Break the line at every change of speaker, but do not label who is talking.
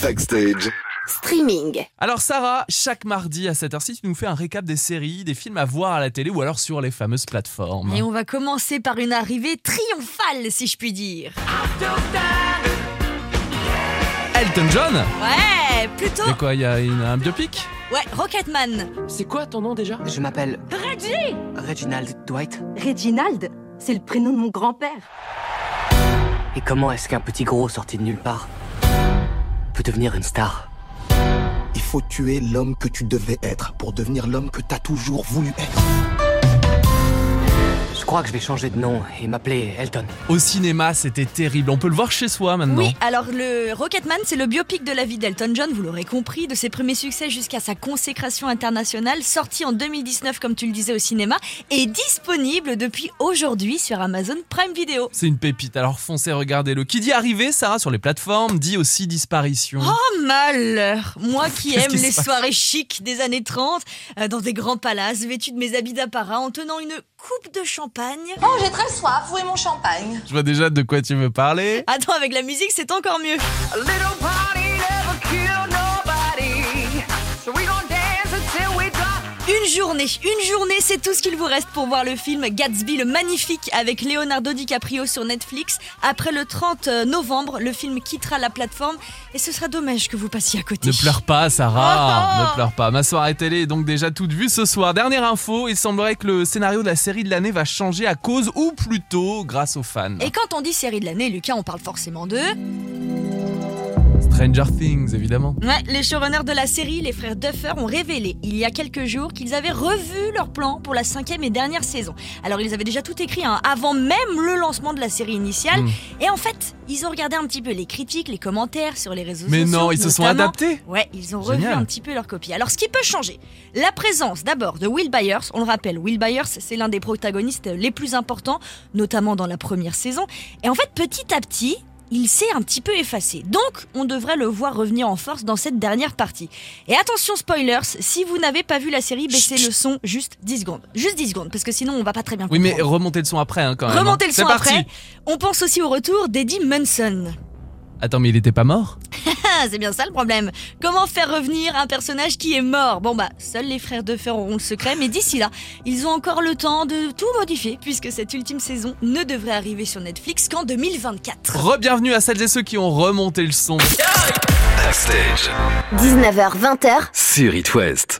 Backstage.
Streaming.
Alors Sarah, chaque mardi à 7h06, tu nous fais un récap des séries, des films à voir à la télé ou alors sur les fameuses plateformes.
Et on va commencer par une arrivée triomphale, si je puis dire.
Elton John
Ouais, plutôt.
Mais quoi, il y a une- un biopic
Ouais, Rocketman.
C'est quoi ton nom déjà
Je m'appelle. Reggie Reginald Dwight.
Reginald, c'est le prénom de mon grand-père.
Et comment est-ce qu'un petit gros sorti de nulle part peut devenir une star
Il faut tuer l'homme que tu devais être pour devenir l'homme que t'as toujours voulu être.
Je crois que je vais changer de nom et m'appeler Elton.
Au cinéma, c'était terrible. On peut le voir chez soi maintenant.
Oui, alors le Rocketman, c'est le biopic de la vie d'Elton John, vous l'aurez compris, de ses premiers succès jusqu'à sa consécration internationale, sorti en 2019 comme tu le disais au cinéma, et disponible depuis aujourd'hui sur Amazon Prime Video.
C'est une pépite, alors foncez, regardez-le. Qui dit arrivée, Sarah, sur les plateformes, dit aussi disparition.
Oh malheur Moi qui
Qu'est-ce
aime
qui se
les
passe
soirées chics des années 30, euh, dans des grands palaces, vêtue de mes habits d'apparat, en tenant une coupe de champagne.
Oh, j'ai très soif, où est mon champagne
Je vois déjà de quoi tu veux parler.
Attends, avec la musique, c'est encore mieux. Une journée, une journée, c'est tout ce qu'il vous reste pour voir le film Gatsby le Magnifique avec Leonardo DiCaprio sur Netflix. Après le 30 novembre, le film quittera la plateforme et ce sera dommage que vous passiez à côté.
Ne pleure pas, Sarah.
Oh.
ne pleure pas. Ma soirée télé est donc déjà toute vue ce soir. Dernière info, il semblerait que le scénario de la série de l'année va changer à cause ou plutôt grâce aux fans.
Et quand on dit série de l'année, Lucas, on parle forcément de...
Stranger Things, évidemment.
Ouais, les showrunners de la série, les frères Duffer, ont révélé il y a quelques jours qu'ils avaient revu leur plan pour la cinquième et dernière saison. Alors ils avaient déjà tout écrit hein, avant même le lancement de la série initiale.
Mm.
Et en fait, ils ont regardé un petit peu les critiques, les commentaires sur les réseaux
Mais
sociaux.
non, ils se sont
notamment.
adaptés.
Ouais, ils ont revu
Génial.
un petit peu leur copie. Alors, ce qui peut changer, la présence d'abord de Will Byers. On le rappelle, Will Byers, c'est l'un des protagonistes les plus importants, notamment dans la première saison. Et en fait, petit à petit, il s'est un petit peu effacé. Donc, on devrait le voir revenir en force dans cette dernière partie. Et attention, spoilers, si vous n'avez pas vu la série, baissez le son juste 10 secondes. Juste 10 secondes, parce que sinon, on va pas très bien
Oui, mais
comprendre.
remontez le son après, hein, quand même.
Remontez le
C'est
son
parti.
après. On pense aussi au retour d'Eddie Munson.
Attends, mais il était pas mort
Ah, c'est bien ça le problème. Comment faire revenir un personnage qui est mort Bon bah, seuls les frères de fer auront le secret, mais d'ici là, ils ont encore le temps de tout modifier, puisque cette ultime saison ne devrait arriver sur Netflix qu'en 2024.
Rebienvenue à celles et ceux qui ont remonté le son.
Backstage.
19h, 20h,
Sur It West.